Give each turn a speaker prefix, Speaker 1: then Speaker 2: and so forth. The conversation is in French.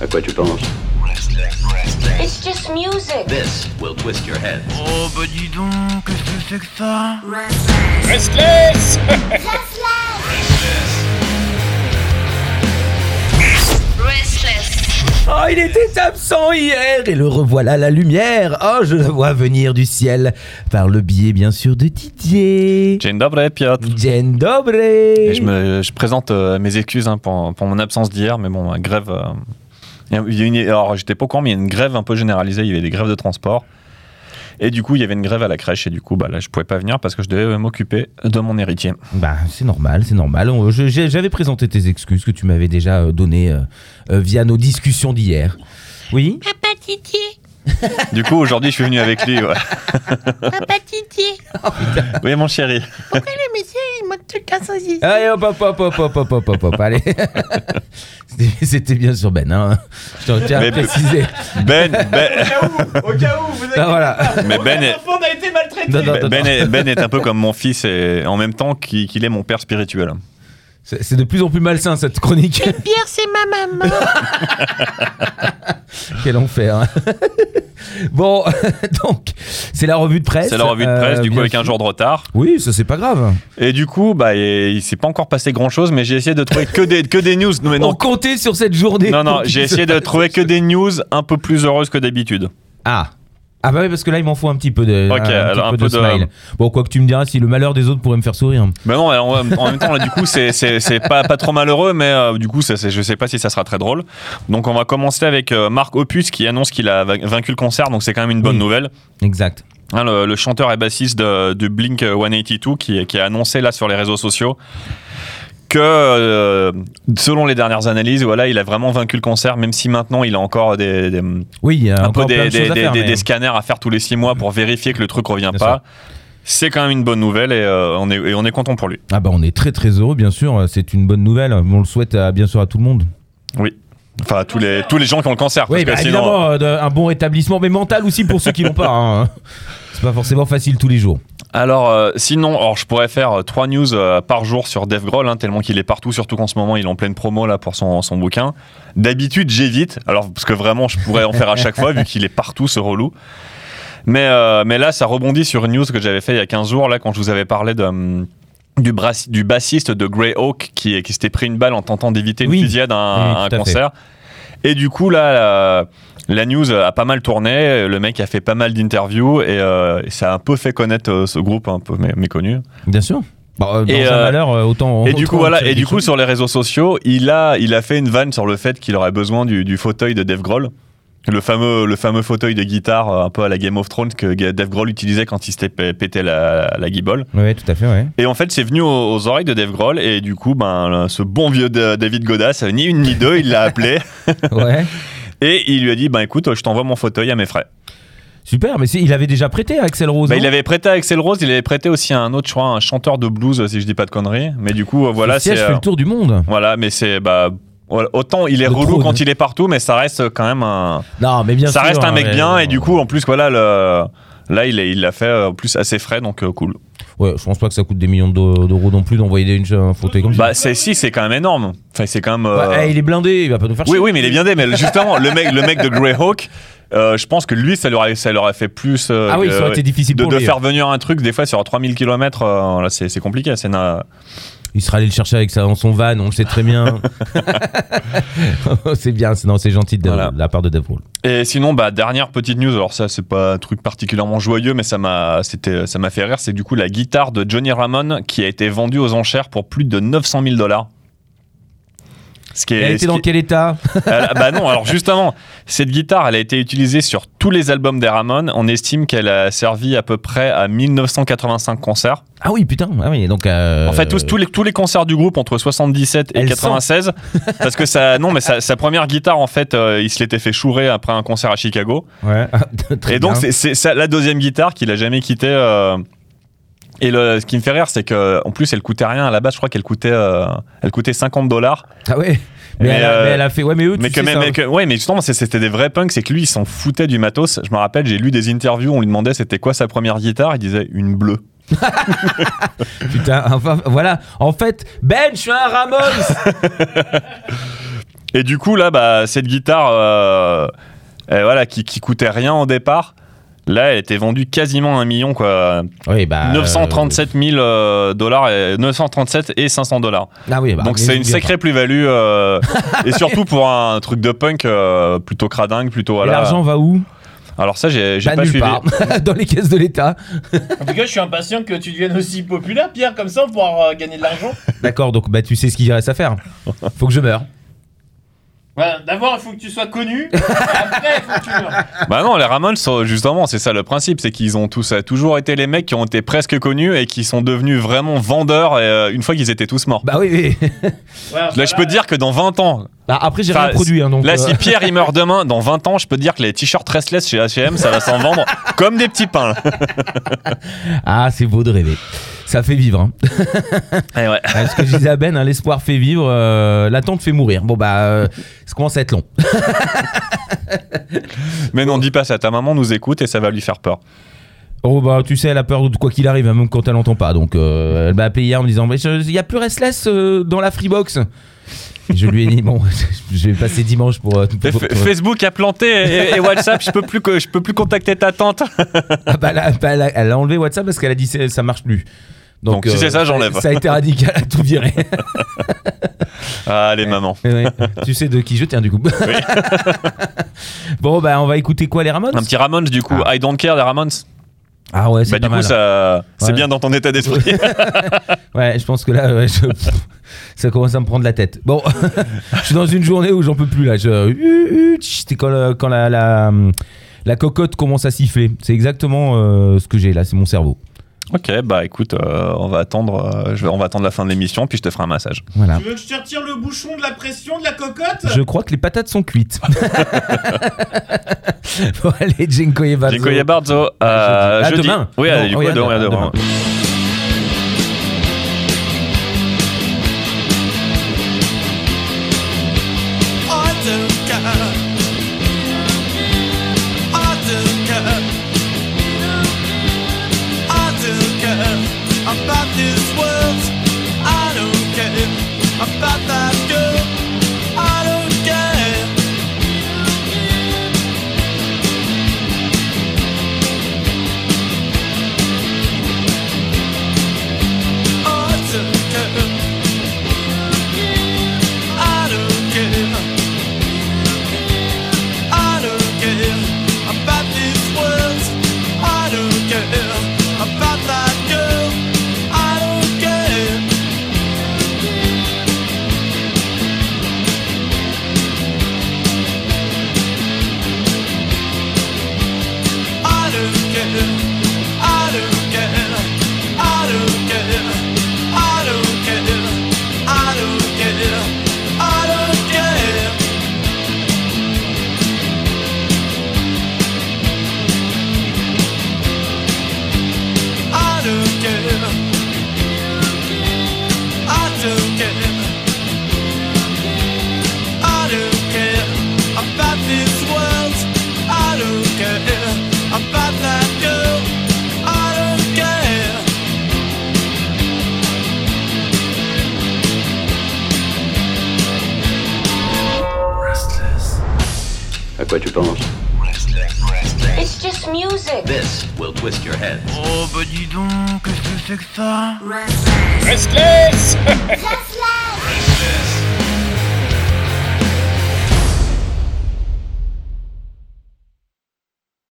Speaker 1: À quoi tu penses
Speaker 2: It's just music.
Speaker 3: This will twist your head.
Speaker 4: Oh bah dis donc, qu'est-ce que c'est que ça
Speaker 5: Restless
Speaker 6: Restless.
Speaker 7: Oh, il était absent hier et le revoilà à la lumière. Oh, je le vois venir du ciel par le biais, bien sûr, de Didier.
Speaker 8: Dzień dobry, Piotr.
Speaker 7: Dzień dobre.
Speaker 8: Et je, me, je présente euh, mes excuses hein, pour, pour mon absence d'hier, mais bon, la grève. euh, il y a- il y a une- alors, j'étais pas au courant, mais il y a une grève un peu généralisée. Il y avait des grèves de transport. Et du coup, il y avait une grève à la crèche. Et du coup, bah, là, je pouvais pas venir parce que je devais euh, m'occuper de mon héritier.
Speaker 7: Bah, c'est normal, c'est normal. On- je- j'ai- J'avais présenté tes excuses que tu m'avais déjà euh, données euh, euh, via nos discussions d'hier. Oui
Speaker 6: Papa Titier.
Speaker 8: Du coup, aujourd'hui, je suis venu avec lui. ouais. Oh,
Speaker 6: Papa Titier.
Speaker 8: Oui, mon chéri.
Speaker 6: Le monsieur, il manque tout un sosie.
Speaker 7: Allez, hop, hop, hop, hop, hop, hop, hop, hop, hop, allez. C'était- C'était bien sur Ben, hein. Je te- tiens à
Speaker 8: Mais-
Speaker 7: préciser.
Speaker 8: Ben, Ben,
Speaker 5: Au cas où, vous avez...
Speaker 7: Ah, voilà.
Speaker 8: mais ben, est,
Speaker 5: enfant a été maltraité
Speaker 7: Non, non, non, non.
Speaker 8: ben, est- Ben est un peu comme mon fils et en même temps qu'il qu'il est mon père spirituel.
Speaker 7: C'est c'est de plus en plus malsain cette chronique.
Speaker 6: Et Pierre, c'est ma maman.
Speaker 7: Quel enfer. hein. bon, donc, c'est la revue de presse.
Speaker 8: C'est la revue de presse,
Speaker 7: Euh,
Speaker 8: du coup,
Speaker 7: bien
Speaker 8: avec un
Speaker 7: sûr.
Speaker 8: jour de retard.
Speaker 7: Oui, ça, c'est pas grave.
Speaker 8: Et du coup, bah, et- il s'est pas encore passé grand chose, mais j'ai essayé de trouver que des, que des news. Non, mais
Speaker 7: On
Speaker 8: non,
Speaker 7: comptait sur cette journée.
Speaker 8: non, non,
Speaker 7: pour qu'il
Speaker 8: j'ai
Speaker 7: se
Speaker 8: essayé de
Speaker 7: passe.
Speaker 8: trouver que des news un peu plus heureuses que d'habitude.
Speaker 7: Ah. Ah bah oui, parce que là, il m'en faut un petit peu de,
Speaker 8: Ok,
Speaker 7: un, petit
Speaker 8: alors, un
Speaker 7: peu
Speaker 8: peu
Speaker 7: de
Speaker 8: de-
Speaker 7: smile. Bon, quoi que tu me diras, si le malheur des autres pourrait me faire sourire.
Speaker 8: Mais non, en, en même temps, là, du coup, c'est- c'est c'est pas, pas trop malheureux, mais euh, du coup, ça, c'est- je sais pas si ça sera très drôle. Donc, on va commencer avec euh, Marc Opus qui annonce qu'il a va- vaincu le concert, donc c'est quand même une bonne
Speaker 7: Oui.
Speaker 8: nouvelle.
Speaker 7: Exact.
Speaker 8: Hein, le, le chanteur et bassiste de, de Blink 182 qui, qui a annoncé là sur les réseaux sociaux que euh, selon les dernières analyses, voilà, il a vraiment vaincu le concert, même si maintenant il a encore des, des-
Speaker 7: Oui, il y a
Speaker 8: un peu
Speaker 7: encore
Speaker 8: des,
Speaker 7: plein de choses
Speaker 8: des-
Speaker 7: à
Speaker 8: des-
Speaker 7: faire,
Speaker 8: des-
Speaker 7: mais-
Speaker 8: des scanners à faire tous les six mois pour vérifier que le truc revient
Speaker 7: Bien
Speaker 8: pas. C'est quand même une bonne nouvelle et, euh, on, est, et on est content pour lui.
Speaker 7: Ah bah on est très très heureux, bien sûr. C'est une bonne nouvelle. On le souhaite à- bien sûr à tout le monde.
Speaker 8: Enfin, à tous les, tous les gens qui ont le cancer.
Speaker 7: Oui,
Speaker 8: parce
Speaker 7: bah,
Speaker 8: que sinon,
Speaker 7: évidemment, euh, de- un bon rétablissement, mais mental aussi pour ceux qui l'ont pas. hein. C'est pas forcément facile tous les jours.
Speaker 8: Alors, euh, sinon, alors, je pourrais faire euh, trois news euh, par jour sur Dave Grohl, hein, tellement qu'il est partout, surtout qu'en ce moment, il est en pleine promo là, pour son, son bouquin. D'habitude, j'évite, alors parce que vraiment, je pourrais en faire à chaque fois, vu qu'il est partout, ce relou. Mais, euh, mais là, ça rebondit sur une news que j'avais fait il y a 15 jours, là, quand je vous avais parlé de, hum, du, brass- du bassiste de Greyhawk qui, qui s'était pris une balle en tentant d'éviter une
Speaker 7: Oui.
Speaker 8: fusillade hein, à un,
Speaker 7: Oui,
Speaker 8: à un
Speaker 7: tout à fait.
Speaker 8: concert. Et du coup, là, la, la news a pas mal tourné. Le mec a fait pas mal d'interviews et euh, ça a un peu fait connaître euh, ce groupe un peu mé- méconnu.
Speaker 7: Bien sûr. Bah, euh, dans
Speaker 8: Et,
Speaker 7: un
Speaker 8: euh,
Speaker 7: malheur, euh, autant.
Speaker 8: et du
Speaker 7: autant
Speaker 8: coup, voilà.
Speaker 7: tirer
Speaker 8: Et du
Speaker 7: quelque
Speaker 8: coup,
Speaker 7: chose.
Speaker 8: sur les réseaux sociaux, il a, il a fait une vanne sur le fait qu'il aurait besoin du, du fauteuil de Dave Grohl. Le fameux, le fameux fauteuil de guitare euh, un peu à la Game of Thrones que Ga- Dave Grohl utilisait quand il s'était pé- pété la, la guibole.
Speaker 7: Ouais, tout à fait, ouais.
Speaker 8: Et en fait, c'est venu aux, aux oreilles de Dave Grohl. Et du coup, ben, le- ce bon vieux Da- David Godas, euh, ni une ni deux, il l'a appelé.
Speaker 7: ouais.
Speaker 8: Et il lui a dit, ben écoute, je t'envoie mon fauteuil à mes frais.
Speaker 7: Super, mais c'est- il avait déjà prêté à Axel Rose.
Speaker 8: Bah,
Speaker 7: hein
Speaker 8: il avait prêté à Axel Rose, il avait prêté aussi à un autre, je crois, un chanteur de blues, euh, si je dis pas de conneries. Mais du coup, euh, voilà,
Speaker 7: Ce
Speaker 8: c'est.
Speaker 7: siège fait
Speaker 8: euh,
Speaker 7: le tour du monde.
Speaker 8: Voilà, mais c'est. Bah, voilà, autant il est
Speaker 7: Le
Speaker 8: relou
Speaker 7: trône.
Speaker 8: quand il est partout, mais ça reste quand même un.
Speaker 7: Non, mais bien
Speaker 8: ça
Speaker 7: sûr,
Speaker 8: reste un
Speaker 7: hein,
Speaker 8: mec
Speaker 7: ouais,
Speaker 8: bien,
Speaker 7: ouais,
Speaker 8: et du coup, en plus, voilà, le. Là, il est- il l'a fait euh, en plus assez frais, donc euh, cool.
Speaker 7: Ouais, je pense pas que ça coûte des millions d'eu- d'euros non plus d'envoyer des- une- un fauteuil comme ça.
Speaker 8: Bah, c'est si, c'est quand même énorme. Enfin, c'est quand même.
Speaker 7: Ouais,
Speaker 8: euh,
Speaker 7: eh, il est blindé, il va pas nous faire
Speaker 8: Oui,
Speaker 7: chier.
Speaker 8: oui, mais il est bien dé, mais justement, le mec, le mec de Greyhawk, euh, je pense que lui, ça leur a, ça leur a fait plus. euh,
Speaker 7: Ah oui,
Speaker 8: que-
Speaker 7: ça aurait été difficile
Speaker 8: de,
Speaker 7: pour
Speaker 8: de
Speaker 7: lui.
Speaker 8: faire venir un truc, des fois, sur 3000 km, euh, là, c'est c'est compliqué. C'est na-
Speaker 7: Il sera allé le chercher avec ça dans son van, on le sait très bien. c'est bien, c'est non, c'est gentil de,
Speaker 8: Voilà.
Speaker 7: de la part de Dave Grohl.
Speaker 8: Et sinon, bah, dernière petite news, alors ça, c'est pas un truc particulièrement joyeux, mais ça m'a c'était- ça m'a fait rire, c'est du coup la guitare de Johnny Ramone qui a été vendue aux enchères pour plus de 900 000 dollars. Ce qui est,
Speaker 7: Il a
Speaker 8: ce
Speaker 7: été dans
Speaker 8: qui-
Speaker 7: quel état
Speaker 8: Euh, bah non, alors justement, cette guitare, elle a été utilisée sur tous les albums des Ramones. On estime qu'elle a servi à peu près à 1985 concerts.
Speaker 7: Ah oui, putain. Ah oui, donc, euh,
Speaker 8: En fait, tous, tous les, tous les concerts du groupe entre 77 et
Speaker 7: Elle
Speaker 8: 96, parce que ça, non, mais sa, sa première guitare, en fait, euh, il se l'était fait chourer après un concert à Chicago.
Speaker 7: Ouais. Très
Speaker 8: et donc,
Speaker 7: bien.
Speaker 8: c'est- c'est ça, la deuxième guitare qu'il a jamais quittée. euh, et le, ce qui me fait rire, c'est que en plus, elle coûtait rien à la base. Je crois qu'elle coûtait, euh, elle coûtait 50 dollars.
Speaker 7: Ah ouais. Mais,
Speaker 8: Mais,
Speaker 7: elle, a,
Speaker 8: euh,
Speaker 7: mais elle a fait. Ouais, mais eux,
Speaker 8: Mais
Speaker 7: tu
Speaker 8: que,
Speaker 7: sais,
Speaker 8: mais,
Speaker 7: ça-
Speaker 8: mais que- ouais, mais justement, c'est- c'était des vrais punks. C'est que lui, il s'en foutait du matos. Je me rappelle, j'ai lu des interviews. On lui demandait c'était quoi sa première guitare. Il disait une bleue.
Speaker 7: Putain, enfin, voilà. En fait, Ben, je suis un Ramos.
Speaker 8: Et du coup, là, bah, cette guitare euh, euh, voilà, qui, qui coûtait rien au départ, là, elle était vendue quasiment un million, quoi.
Speaker 7: Oui, bah,
Speaker 8: 937 000 euh, dollars, et, 937 et 500 dollars.
Speaker 7: euh, Ah oui, bah,
Speaker 8: Donc
Speaker 7: mais
Speaker 8: c'est
Speaker 7: oui,
Speaker 8: une
Speaker 7: bien
Speaker 8: sacrée plus-value, euh, et surtout pour un truc de punk euh, plutôt cradingue, plutôt...
Speaker 7: sûr. Et
Speaker 8: Voilà.
Speaker 7: L'argent va où
Speaker 8: Alors ça, j'ai j'ai
Speaker 7: Bah,
Speaker 8: pas
Speaker 7: nulle
Speaker 8: suivi.
Speaker 7: part. Dans les caisses de l'État.
Speaker 5: En tout cas, je suis impatient que tu deviennes aussi populaire, Pierre, comme ça, pour euh, gagner de l'argent.
Speaker 7: D'accord, donc bah, tu sais ce qu'il reste à faire. Faut que je meure.
Speaker 5: Voilà, D'abord, il faut que tu sois connu. et Après, il faut que tu meurs.
Speaker 8: Bah non, les Ramones, sont- justement, c'est ça le principe, c'est qu'ils ont tous ça a toujours été les mecs qui ont été presque connus et qui sont devenus vraiment vendeurs euh, une fois qu'ils étaient tous morts.
Speaker 7: Bah oui, oui.
Speaker 5: Voilà,
Speaker 8: Là,
Speaker 5: voilà.
Speaker 8: je peux te dire que dans 20 ans,
Speaker 7: Bah, après, j'ai
Speaker 8: Enfin,
Speaker 7: rien produit. Hein, donc,
Speaker 8: là,
Speaker 7: euh,
Speaker 8: si Pierre il meurt demain, dans 20 ans, je peux te dire que les t-shirts restless chez H&M, ça va s'en vendre comme des petits pains.
Speaker 7: Ah, c'est beau de rêver. Ça fait vivre. Hein.
Speaker 8: Eh ouais.
Speaker 7: Ah, ce que je disais à Ben, hein, l'espoir fait vivre, euh, l'attente fait mourir. Bon, bah, euh, ça commence à être long.
Speaker 8: Mais non, dis pas ça, ta maman nous écoute et ça va lui faire peur.
Speaker 7: Oh, bah, tu sais, elle a peur de quoi qu'il arrive, hein, même quand elle n'entend pas. Donc, euh, elle m'a appelé hier en me disant Mais il n'y a plus Restless euh, dans la Freebox. Et Je lui ai dit Bon, je vais passer dimanche pour. euh,
Speaker 8: Et
Speaker 7: pour-
Speaker 8: F-
Speaker 7: pour-
Speaker 8: Facebook a planté et, et WhatsApp, je peux plus que je peux plus contacter ta tante.
Speaker 7: Ah, bah, elle a- bah, elle a- elle a enlevé WhatsApp parce qu'elle a dit C'est- Ça marche plus. euh,
Speaker 8: Donc, si c'est ça, j'enlève.
Speaker 7: Ça a été radical, elle a tout viré.
Speaker 8: Ah, les mamans.
Speaker 7: Ouais. tu sais de qui je tiens du coup. bon, bah, on va écouter quoi les Ramones
Speaker 8: Un petit Ramones du coup, I don't care des Ramones.
Speaker 7: Ah ouais, c'est
Speaker 8: Bah
Speaker 7: pas
Speaker 8: du coup,
Speaker 7: mal.
Speaker 8: ça, c'est
Speaker 7: Ouais.
Speaker 8: bien dans ton état d'esprit.
Speaker 7: Ouais, je pense que là, ouais, je- pff, ça commence à me prendre la tête. Bon, je suis dans une journée où j'en peux plus là. Je... Hu, hu, tch, C'est quand, le- quand la, la, la cocotte commence à siffler. C'est exactement euh, ce que j'ai là, c'est mon cerveau.
Speaker 8: ok, bah écoute, euh, on va attendre, euh, je vais- on va attendre la fin de l'émission, puis je te ferai un massage.
Speaker 7: Voilà.
Speaker 5: Tu veux que je te retire le bouchon de la pression de la cocotte
Speaker 7: Je crois que les patates sont cuites. bon, allez, Jinkoye Barzo.
Speaker 8: Diego Yabarzo,
Speaker 7: À
Speaker 8: euh,
Speaker 7: Bah, jeudi. À
Speaker 8: jeudi.
Speaker 7: demain.
Speaker 8: Oui,
Speaker 7: Non,
Speaker 8: euh, du coup,
Speaker 7: oui, à
Speaker 8: à demain, à
Speaker 7: demain.
Speaker 8: demain.
Speaker 1: I don't care. I don't care. I don't care about this world. I don't care about that girl. I don't care. I don't care. I don't care. I don't care about these words. I don't care about that girl. I don't care. I don't care. I don't care. I don't care. I don't care. I don't care. I don't care. I don't care. I don't care. I don't care about this world. I don't care about that girl. I don't care.
Speaker 3: À quoi tu penses
Speaker 2: Restless, restless. It's just music.
Speaker 3: This will twist your head.
Speaker 4: Oh bah dis donc, qu'est-ce que c'est que ça
Speaker 5: Restless
Speaker 2: Restless.